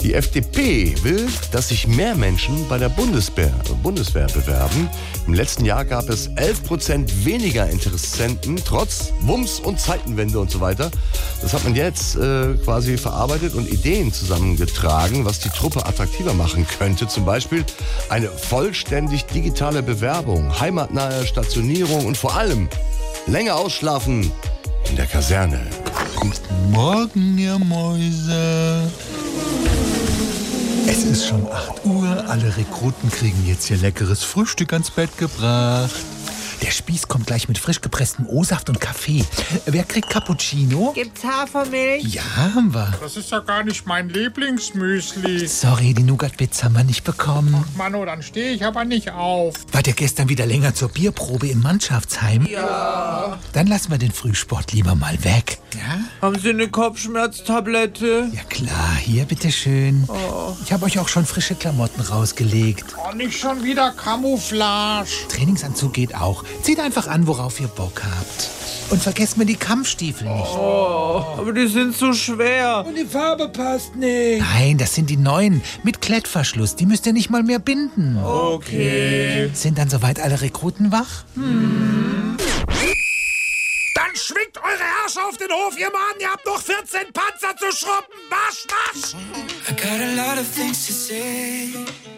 Die FDP will, dass sich mehr Menschen bei der Bundeswehr, Bundeswehr bewerben. Im letzten Jahr gab es 11% weniger Interessenten, trotz Wumms und Zeitenwende und so weiter. Das hat man jetzt äh, quasi verarbeitet und Ideen zusammengetragen, was die Truppe attraktiver machen könnte. Zum Beispiel eine vollständig digitale Bewerbung, heimatnahe Stationierung und vor allem länger ausschlafen in der Kaserne. Guten Morgen, ihr Mäuse. Es ist schon 8 Uhr. Alle Rekruten kriegen jetzt hier leckeres Frühstück ans Bett gebracht. Der Spieß kommt gleich mit frisch gepresstem O-Saft und Kaffee. Wer kriegt Cappuccino? Gibt's Hafermilch? Ja, haben wir. Das ist ja gar nicht mein Lieblingsmüsli. Sorry, die Nougat-Bits haben wir nicht bekommen. Mano, dann stehe ich aber nicht auf. War der gestern wieder länger zur Bierprobe im Mannschaftsheim? Ja. Dann lassen wir den Frühsport lieber mal weg. Ja? Haben Sie eine Kopfschmerztablette? Oh. Ja klar, hier bitteschön. Ich habe euch auch schon frische Klamotten rausgelegt. Oh, nicht schon wieder Camouflage. Trainingsanzug geht auch. Zieht einfach an, worauf ihr Bock habt. Und vergesst mir die Kampfstiefel nicht. Oh. Aber die sind so schwer. Und die Farbe passt nicht. Nein, das sind die neuen mit Klettverschluss. Die müsst ihr nicht mal mehr binden. Okay. Sind dann soweit alle Rekruten wach? Dann schwingt eure Herrscher auf den Hof, ihr Mann. Ihr habt noch 14 Panzer zu schrubben. Marsch, marsch. I got a lot of things to say.